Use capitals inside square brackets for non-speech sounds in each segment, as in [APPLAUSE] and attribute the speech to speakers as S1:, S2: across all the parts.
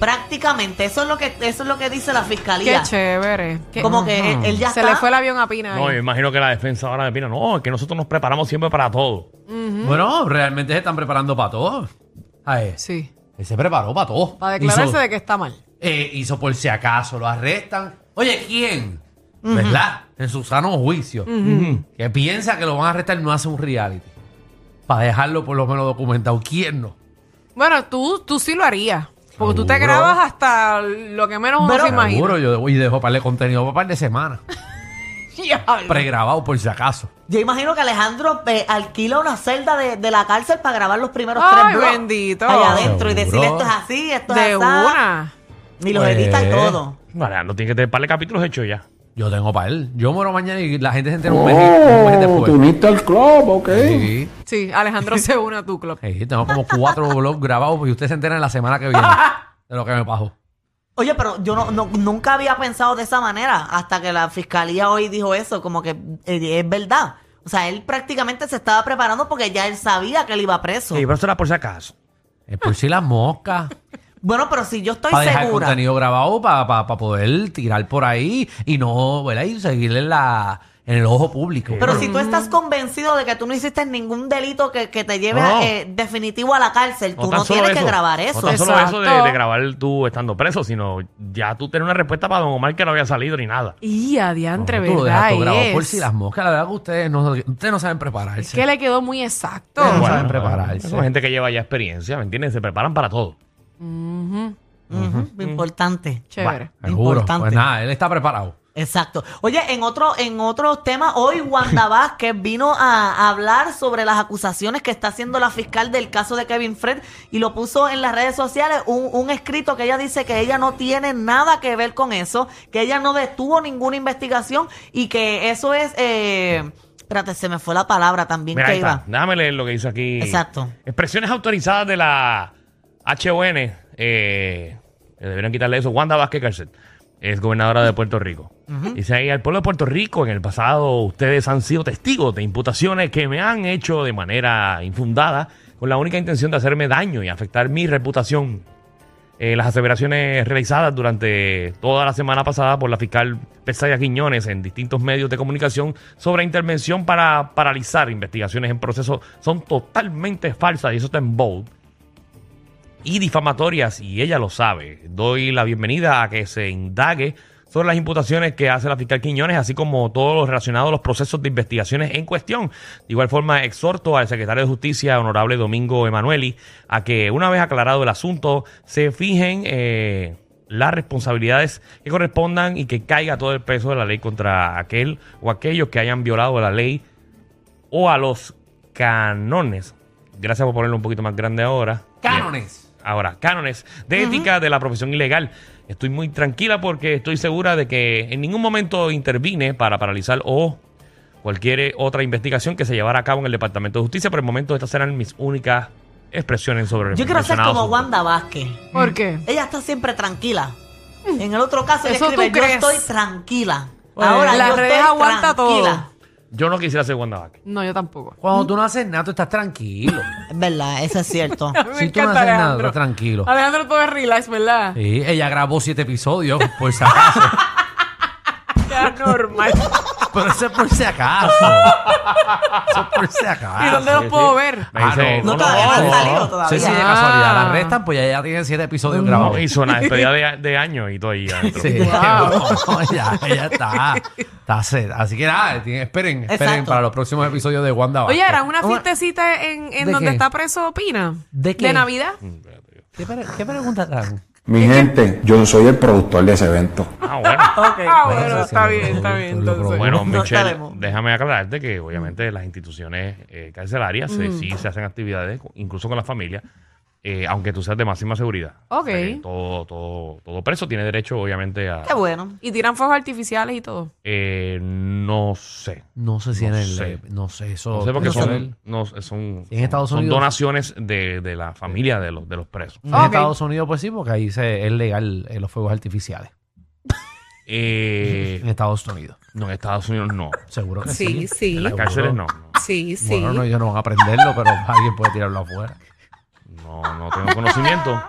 S1: Prácticamente, eso es lo que, eso es lo que dice la
S2: Qué
S1: fiscalía.
S2: chévere. Qué-
S1: Como que él, él ya
S2: se
S1: está.
S2: le fue el avión a Pina.
S3: No,
S2: ahí.
S3: yo imagino que la defensa ahora de Pina, no, es que nosotros nos preparamos siempre para todo.
S2: Mm.
S4: Bueno, realmente se están preparando para todo. A él.
S2: Sí.
S4: Él se preparó para todo.
S2: Para declararse
S4: hizo,
S2: de que está mal.
S4: eh, hizo por si acaso, lo arrestan. Oye, ¿quién? ¿Verdad? En su sano juicio. Que piensa que lo van a arrestar y no hace un reality. Para dejarlo por lo menos documentado. ¿Quién no?
S2: Bueno, tú, tú sí lo harías. Porque tú te
S4: Seguro.
S2: grabas hasta lo que menos uno
S1: Pero-
S2: se imagina. [LAUGHS]
S4: Seguro, yo y dejo para el contenido para un par de semanas.
S2: Diablo.
S4: pregrabado por si acaso.
S1: Yo imagino que Alejandro eh, alquila una celda de, de la cárcel para grabar los primeros
S2: Ay,
S1: tres blogs
S2: bendito.
S1: allá adentro y
S4: Seguro.
S1: decirle esto es así, esto es
S2: De
S1: así.
S2: una.
S1: Y los
S4: Pues.
S1: edita y todo.
S3: Vale, no tiene que tener un par de capítulos hechos ya.
S4: Yo tengo para él. Yo muero mañana y la gente se entera un mes, un mes después.
S5: uniste al club, ok.
S4: Sí.
S2: Sí, Alejandro se une a tu club.
S4: Sí, tengo como cuatro blogs grabados y ustedes se enteran la semana
S2: [LAUGHS]
S4: que viene de lo que me pasó.
S1: Oye, pero yo no, no- nunca había pensado de esa manera hasta que la fiscalía hoy dijo eso, como que eh, es verdad. O sea, él prácticamente se estaba preparando porque ya él sabía que él iba preso.
S3: Sí, pero eso era por si acaso.
S4: Es por si las moscas.
S1: Bueno, pero si yo estoy
S4: Para dejar el
S1: segura.
S4: contenido grabado, para poder tirar por ahí y no, ¿verdad? Y seguir en, la, en el ojo público.
S1: Pero si tú estás convencido de que tú no hiciste ningún delito que, que te lleve
S3: No.
S1: eh, definitivo a la cárcel, tú
S3: tan
S1: no
S3: solo
S1: tienes que
S3: eso,
S1: grabar eso.
S3: No tan solo eso
S2: Exacto.
S3: de, de grabar tú estando preso, sino ya tú tener una respuesta para Don Omar que no había salido ni nada.
S2: Y adiantre,
S4: No, tú lo dejas
S2: ¿verdad?
S4: todo grabado por
S2: es?
S4: si las moscas. La verdad que ustedes no, ustedes no saben prepararse.
S2: Es que le quedó muy exacto.
S4: Bueno. saben prepararse.
S3: Son gente que lleva ya experiencia, ¿me entiendes? Se preparan para todo.
S2: Ujú,
S1: Ujú, Importante.
S2: Chévere.
S4: Te juro.
S1: Importante.
S4: Pues nada, él está preparado.
S1: Exacto. Oye, en otro, en otros temas,
S3: [LAUGHS]
S1: hoy Wanda Vázquez vino a, a hablar sobre las acusaciones que está haciendo la fiscal del caso de Kevin Fred y lo puso en las redes sociales un, un escrito que ella dice que ella no tiene nada que ver con eso, que ella no detuvo ninguna investigación y que eso es, eh, espérate, se me fue la palabra también
S3: Mira,
S1: que
S3: ahí
S1: iba.
S3: está. Déjame leer lo que dice aquí.
S1: Exacto.
S3: Expresiones autorizadas de la HON. Eh, deberían quitarle eso. Wanda Vázquez Garcet es gobernadora de Puerto Rico. Dice ahí, al pueblo de Puerto Rico, en el pasado ustedes han sido testigos de imputaciones que me han hecho de manera infundada con la única intención de hacerme daño y afectar mi reputación. eh, las aseveraciones realizadas durante toda la semana pasada por la fiscal Pesaya Quiñones en distintos medios de comunicación sobre intervención para paralizar investigaciones en proceso son totalmente falsas y eso está en bold y difamatorias, y ella lo sabe. Doy la bienvenida a que se indague sobre las imputaciones que hace la fiscal Quiñones, así como todo lo relacionado a los procesos de investigaciones en cuestión. De igual forma, exhorto al secretario de Justicia, honorable Domingo Emanueli, a que una vez aclarado el asunto, se fijen eh, las responsabilidades que correspondan y que caiga todo el peso de la ley contra aquel o aquellos que hayan violado la ley o a los canones. Gracias por ponerlo un poquito más grande ahora.
S4: Cánones.
S3: Ahora, cánones de ética de la profesión ilegal. Estoy muy tranquila porque estoy segura de que en ningún momento intervine para paralizar o cualquier eh, otra investigación que se llevara a cabo en el Departamento de Justicia. Por el momento, estas serán mis únicas expresiones sobre el
S1: Yo quiero ser
S3: mencionado
S1: como
S3: asunto.
S1: Wanda Vázquez.
S2: ¿Por qué?
S1: Ella está siempre tranquila. En el otro caso, ella
S2: Mm. Eso
S1: escribe,
S2: tú
S1: yo
S2: crees".
S1: estoy tranquila.
S2: Bueno,
S1: Ahora,
S2: la
S1: yo
S2: red
S1: estoy
S2: aguanta
S1: tranquila.
S3: Yo no quisiera ser Wanda Vázquez.
S2: No, yo tampoco.
S4: Cuando tú no haces nada, tú estás tranquilo.
S1: Es verdad, eso
S2: [LAUGHS]
S1: es
S2: [LAUGHS]
S1: cierto.
S2: Me
S4: Si tú
S2: encanta
S4: no haces nada,
S2: Alejandro.
S4: estás tranquilo.
S2: Alejandro todo es relax, ¿verdad?
S4: Sí, ella grabó siete episodios, por si acaso.
S2: [LAUGHS] Ya normal.
S4: Pero eso es por si acaso. Eso es por si acaso.
S2: ¿Y dónde los puedo ver?
S3: Me dice,
S1: No, todavía no han salido
S4: Sí,
S1: todavía.
S4: sí, de
S2: Ah.
S4: casualidad. La restan, pues ya, ya tiene siete episodios
S3: no
S4: grabados.
S3: hizo
S1: [LAUGHS]
S3: una despedida de, de año y todo ahí adentro.
S4: Sí,
S2: Wow.
S4: [LAUGHS] ya, ya está. Está set. Así que nada, tiene- esperen, esperen
S1: Exacto.
S4: para los próximos episodios de Wanda.
S2: Oye,
S4: Vázquez.
S2: ¿harán una fiestecita en, en
S4: ¿De
S2: donde
S4: qué?
S2: está preso Pina?
S4: ¿De qué? Mm.
S2: ¿De Navidad?
S4: ¿Qué, pre- qué pregunta tan?
S6: Mi gente, yo soy el productor de ese evento.
S3: Ah, bueno.
S1: [LAUGHS]
S2: Ah,
S4: Bueno,
S2: bueno,
S4: sí,
S2: está
S4: sí,
S2: bien,
S4: lo
S2: está
S4: probó,
S2: bien,
S4: lo
S2: entonces.
S4: probó.
S3: Bueno,
S1: Pues No
S3: Michelle,
S1: sabemos.
S3: déjame aclararte que obviamente las instituciones eh, carcelarias eh,
S1: Mm.
S3: sí se hacen actividades, co- incluso con la familia, eh, aunque tú seas de máxima seguridad.
S2: Ok.
S3: que todo, todo, todo preso tiene derecho, obviamente, a...
S1: Qué bueno.
S2: Y tiran fuegos artificiales y todo.
S3: eh, no sé.
S4: No sé si
S3: No
S4: en el.
S3: sé.
S4: No sé, eso.
S3: No sé porque
S4: eso
S3: son,
S4: en-
S3: no, son,
S4: En Estados
S3: son
S4: Unidos.
S3: donaciones de, de la familia de los, de los presos.
S4: En
S2: Ok.
S4: Estados Unidos, pues sí, porque ahí se, es legal eh, los fuegos artificiales.
S3: Eh,
S4: [LAUGHS] En Estados Unidos.
S3: no, en Estados Unidos no.
S4: Seguro que sí.
S5: Sí, sí.
S3: En las cárceles no. no.
S5: Sí, sí.
S4: Bueno, no, ellos no van a aprenderlo, pero [LAUGHS] alguien puede tirarlo afuera.
S3: No, no tengo
S1: [LAUGHS]
S3: conocimiento.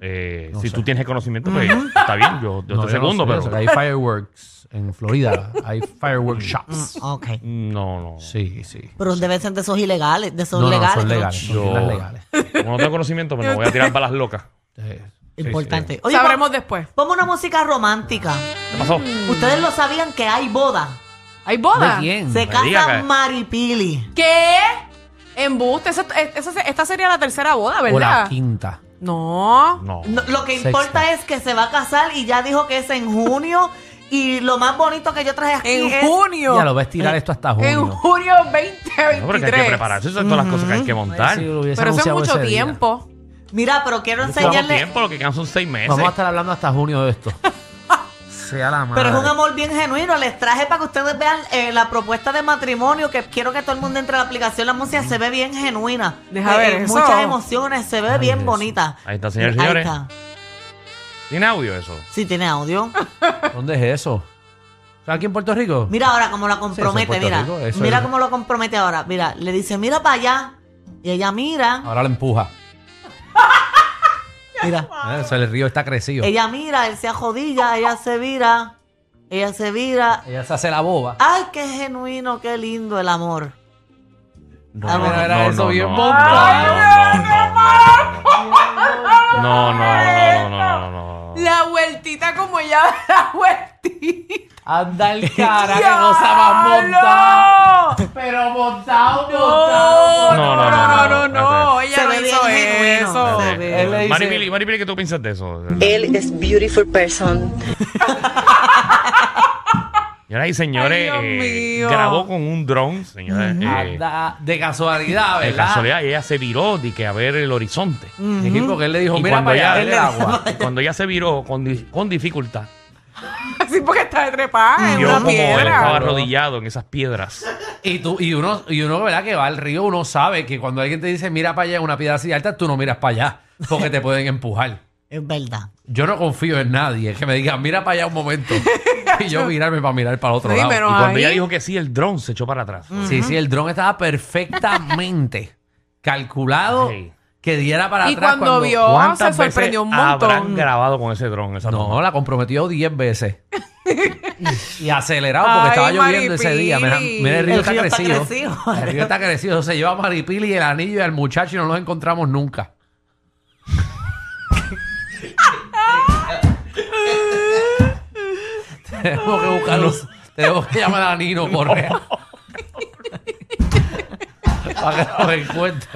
S3: Eh,
S4: No
S3: si
S4: sé.
S3: tú tienes conocimiento, pues, está bien, yo, yo
S4: No,
S3: te
S4: yo no
S3: segundo,
S4: sé
S3: pero...
S4: eso, que Hay fireworks en Florida.
S3: [LAUGHS]
S4: Hay fireworks shops.
S1: Ok.
S3: No, no.
S4: Sí, sí.
S1: Pero deben ser de esos ilegales, de esos
S4: No, no,
S1: legales.
S4: son
S1: ¿no?
S4: legales. Son
S3: Yo-
S4: tiendas legales.
S3: Como no tengo conocimiento, pues no voy a tirar balas locas.
S4: Sí, sí,
S1: Importante.
S4: sí.
S1: Oye,
S2: Sabremos Mm.
S1: pon-
S2: después.
S1: Ponme una música romántica.
S3: ¿Qué pasó?
S1: Ustedes lo sabían que hay boda.
S2: ¿Hay boda?
S4: ¿De quién?
S3: me
S1: Se
S3: diga
S1: casa
S3: que-
S1: Maripili.
S2: ¿Qué? Embuste. Esa- e, esa- esta sería la tercera boda,
S4: O la
S2: ¿verdad?
S4: quinta.
S2: No.
S3: No.
S1: No, lo que
S4: Sexta.
S1: importa es que se va a casar y ya dijo que es en junio. y lo más bonito que yo traje aquí
S2: En
S1: es...
S2: junio.
S4: Ya lo va a estirar esto hasta
S2: En
S4: junio.
S2: junio
S3: No, porque hay que
S2: 2023.
S3: prepararse, esas son todas las cosas que hay que montar.
S4: Si lo hubiese
S2: Pero eso es
S4: anunciado
S2: mucho
S4: ese día.
S2: tiempo.
S1: Mira, pero quiero
S3: Poco
S1: enseñarle...
S3: tiempo, lo que quedan son seis meses.
S4: Vamos a estar hablando hasta junio de
S3: [LAUGHS]
S4: esto. sea la madre.
S1: Pero es un amor bien genuino. Les traje para que ustedes vean eh, la propuesta de matrimonio que quiero que todo el mundo entre a la aplicación. La música se ve bien genuina. Pues, eh,
S2: Deja ver eso.
S1: Muchas emociones, se ve bien bonita.
S3: Ahí está, señores y señores. ¿Tiene audio eso?
S1: Sí, tiene audio.
S4: ¿Dónde es eso? ¿Está aquí en Puerto Rico?
S1: Mira ahora cómo la
S4: Sí, eso
S1: compromete,
S4: en Puerto
S1: mira.
S4: Rico, eso
S1: mira
S4: es-
S1: cómo lo compromete ahora. Mira, le dice, mira para allá. Y ella mira,
S4: Ahora la empuja.
S1: mira.
S4: Eh, O sea, el río está crecido. Ella,
S1: Ella mira, él se ajodilla, ella se vira, ella se vira.
S4: se hace la boba.
S1: Ay, qué genuino, qué lindo el amor.
S3: No,
S1: Ah, mira,
S4: era eso, bien
S3: no, no,
S4: bombado.
S3: no, no, no, no, no, no, no, no, no, no, no, no.
S2: La vueltita como ella da [LAUGHS] la vueltita.
S4: Anda el cara,
S2: que cosa más montada.
S4: Pero
S2: No,
S4: montado,
S3: No,
S2: no,
S3: no, no,
S2: no,
S3: no,
S2: no, no,
S3: no.
S2: Ella
S1: Se
S2: no
S1: ve bien
S2: hizo
S1: genuino,
S2: eso.
S1: se ve.
S4: Él le dice- Eh.
S3: Maripili, Maripili, ¿qué tú piensas de eso?
S5: Él es beautiful person.
S3: Señoras y señores,
S2: Ay, Dios
S3: eh,
S2: mío.
S3: grabó con un dron, señores. eh,
S4: Anda, de casualidad,
S3: de
S4: ¿verdad?
S3: casualidad, y ella se viró de que a ver el horizonte.
S4: Sí, porque él le dijo,
S3: Y
S4: mira
S3: cuando
S4: para allá,
S3: ella-
S4: dale el [LAUGHS] agua.
S3: Y cuando ella se viró con, di- con dificultad,
S2: [LAUGHS] Así porque está trepada en
S3: vio
S2: una
S3: como él estaba
S2: piedra.
S3: arrodillado en esas piedras.
S4: Y, tú, y, uno, y uno, ¿verdad? Que va al río, uno sabe que cuando alguien te dice, mira para allá, una piedra así alta, tú no miras para allá, porque te pueden empujar.
S1: Es verdad.
S4: Yo no confío en nadie que me diga, mira para allá un momento.
S2: [LAUGHS]
S4: y yo mirarme para mirar para el otro
S2: Sí,
S4: lado.
S2: pero-
S3: Y cuando ella
S2: ahí-
S3: dijo que sí, el dron se echó para atrás.
S4: Sí, sí, el dron estaba perfectamente [LAUGHS] calculado
S3: Ay.
S4: que diera para
S2: Y
S4: atrás
S2: cuando vio- Oh,
S3: ¿Cuántas
S2: se sorprendió
S3: veces
S2: un montón.
S3: habrán grabado con ese dron? esa
S4: No,
S3: toma?
S4: la comprometió 10 veces.
S2: [LAUGHS]
S4: y acelerado porque
S2: Ay,
S4: estaba lloviendo ese
S2: Maripili.
S4: día. Mira, mira, el río
S1: El
S4: está
S1: río está
S4: crecido.
S1: crecido.
S4: El río está crecido. Se lleva a Maripili y el anillo y al muchacho y no los encontramos nunca. tenemos que buscarlo. Tenemos que llamar a Nino Correa. Para que lo encuentre.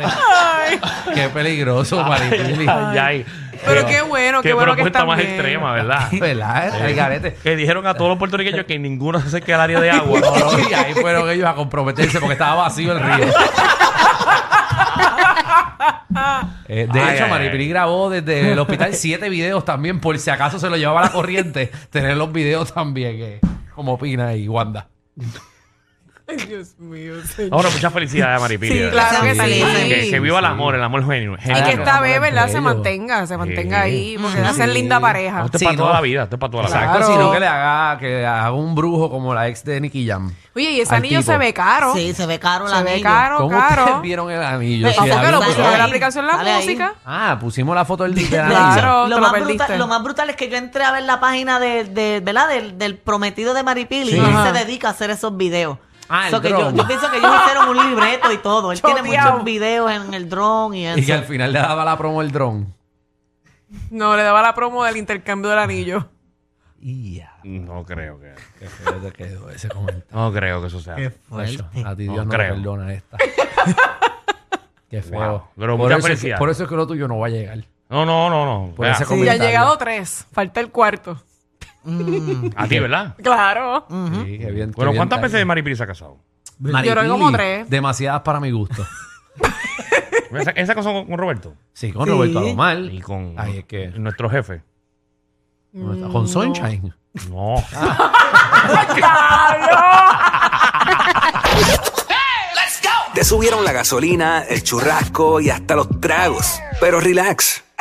S4: Qué peligroso, Maripili.
S3: Ay, ay.
S2: Pero qué bueno, qué, bueno que
S3: propuesta
S2: está
S3: más
S2: bien.
S3: extrema, ¿verdad?
S4: ¿Verdad? El garete.
S3: que dijeron a todos los puertorriqueños que ninguno se acerque al área de agua.
S4: [LAUGHS] No, no, y ahí fueron ellos a comprometerse porque estaba vacío el
S3: [LAUGHS]
S4: río. Eh, de
S3: Ay,
S4: hecho,
S3: ay,
S4: Maripili
S3: ay.
S4: grabó desde el hospital siete videos también, por si acaso se lo llevaba la corriente, tener los videos también, eh, como opina y Wanda.
S2: Ay, Dios mío, señor.
S3: Ahora, muchas felicidades a Maripili.
S2: Sí,
S3: ¿verdad?
S2: claro que
S1: Sí.
S2: sí.
S3: Que, que viva el amor, el amor genio.
S2: Y que
S4: Claro,
S2: esta
S4: vamos
S2: vez,
S4: a hablar
S2: ¿verdad?
S4: de
S2: Se
S4: ello.
S2: mantenga, se mantenga ahí, porque va a ser
S4: Sí.
S2: linda pareja.
S3: Esto es
S4: Sí,
S3: para
S4: ¿no?
S3: toda la vida, esto es para toda la vida.
S4: Exacto,
S2: Claro.
S4: sino que le haga, que le haga un brujo como la ex de Nicky Jam.
S2: Oye, y ese
S4: Al
S2: anillo
S4: tipo.
S2: se ve caro.
S1: Sí, se ve caro el
S2: se ve
S1: anillo.
S2: caro,
S4: ¿Cómo
S2: caro.
S4: ustedes vieron el anillo?
S1: Ve,
S4: Sí,
S1: o sea,
S4: ahí
S1: que
S2: Pero
S1: lo
S4: lo
S2: puso
S1: Sale
S2: en la
S1: ahí,
S2: aplicación la
S1: sale ahí.
S2: música.
S4: Ah, pusimos la foto del del anillo.
S2: Claro, te
S1: lo,
S2: lo
S1: más
S2: perdiste.
S1: brutal, lo más brutal es que yo entré a ver la página de, de- ¿verdad? Del, del prometido de Maripili
S4: Sí.
S1: y él
S2: Ajá.
S1: se dedica a hacer esos videos.
S4: Ah, el
S1: So que yo,
S4: dron.
S1: yo pienso que ellos hicieron un libreto y todo.
S2: [LAUGHS]
S1: Él tiene
S2: Choteado.
S1: muchos videos en el dron y
S4: Y que
S1: eso.
S4: al final le daba la promo el dron.
S2: No, le daba la promo del intercambio del anillo.
S4: Y ya.
S3: No creo que.
S4: Qué feo te quedó ese comentario.
S3: No creo que eso sea.
S4: Nacho, A ti
S3: No
S4: Dios no,
S3: creo.
S4: te
S3: [LAUGHS]
S4: perdona esta. Qué feo.
S3: Wow. Pero
S4: por,
S3: muchas
S4: eso es que,
S3: felicidades.
S4: por eso es que lo tuyo no va a llegar.
S3: No, no, no, no.
S4: Por
S3: Vea,
S2: Y
S4: ese
S2: han
S4: comentario.
S2: llegado tres. Falta el cuarto.
S3: A ti, ¿verdad?
S2: Claro.
S4: Sí, qué bien, qué
S3: Bueno,
S4: bien
S3: ¿cuántas
S4: tal.
S3: veces de Maripili se ha casado?
S2: Yo creo que como tres.
S4: Demasiadas para mi gusto.
S3: Esa, esa cosa con, con Roberto.
S4: Sí, con Roberto Alomar.
S3: Y con Mm,
S4: Ay, es que-
S3: nuestro [LAUGHS] jefe.
S4: Con Sunshine.
S3: No.
S7: Te subieron la gasolina, el churrasco y hasta los tragos. Pero relax,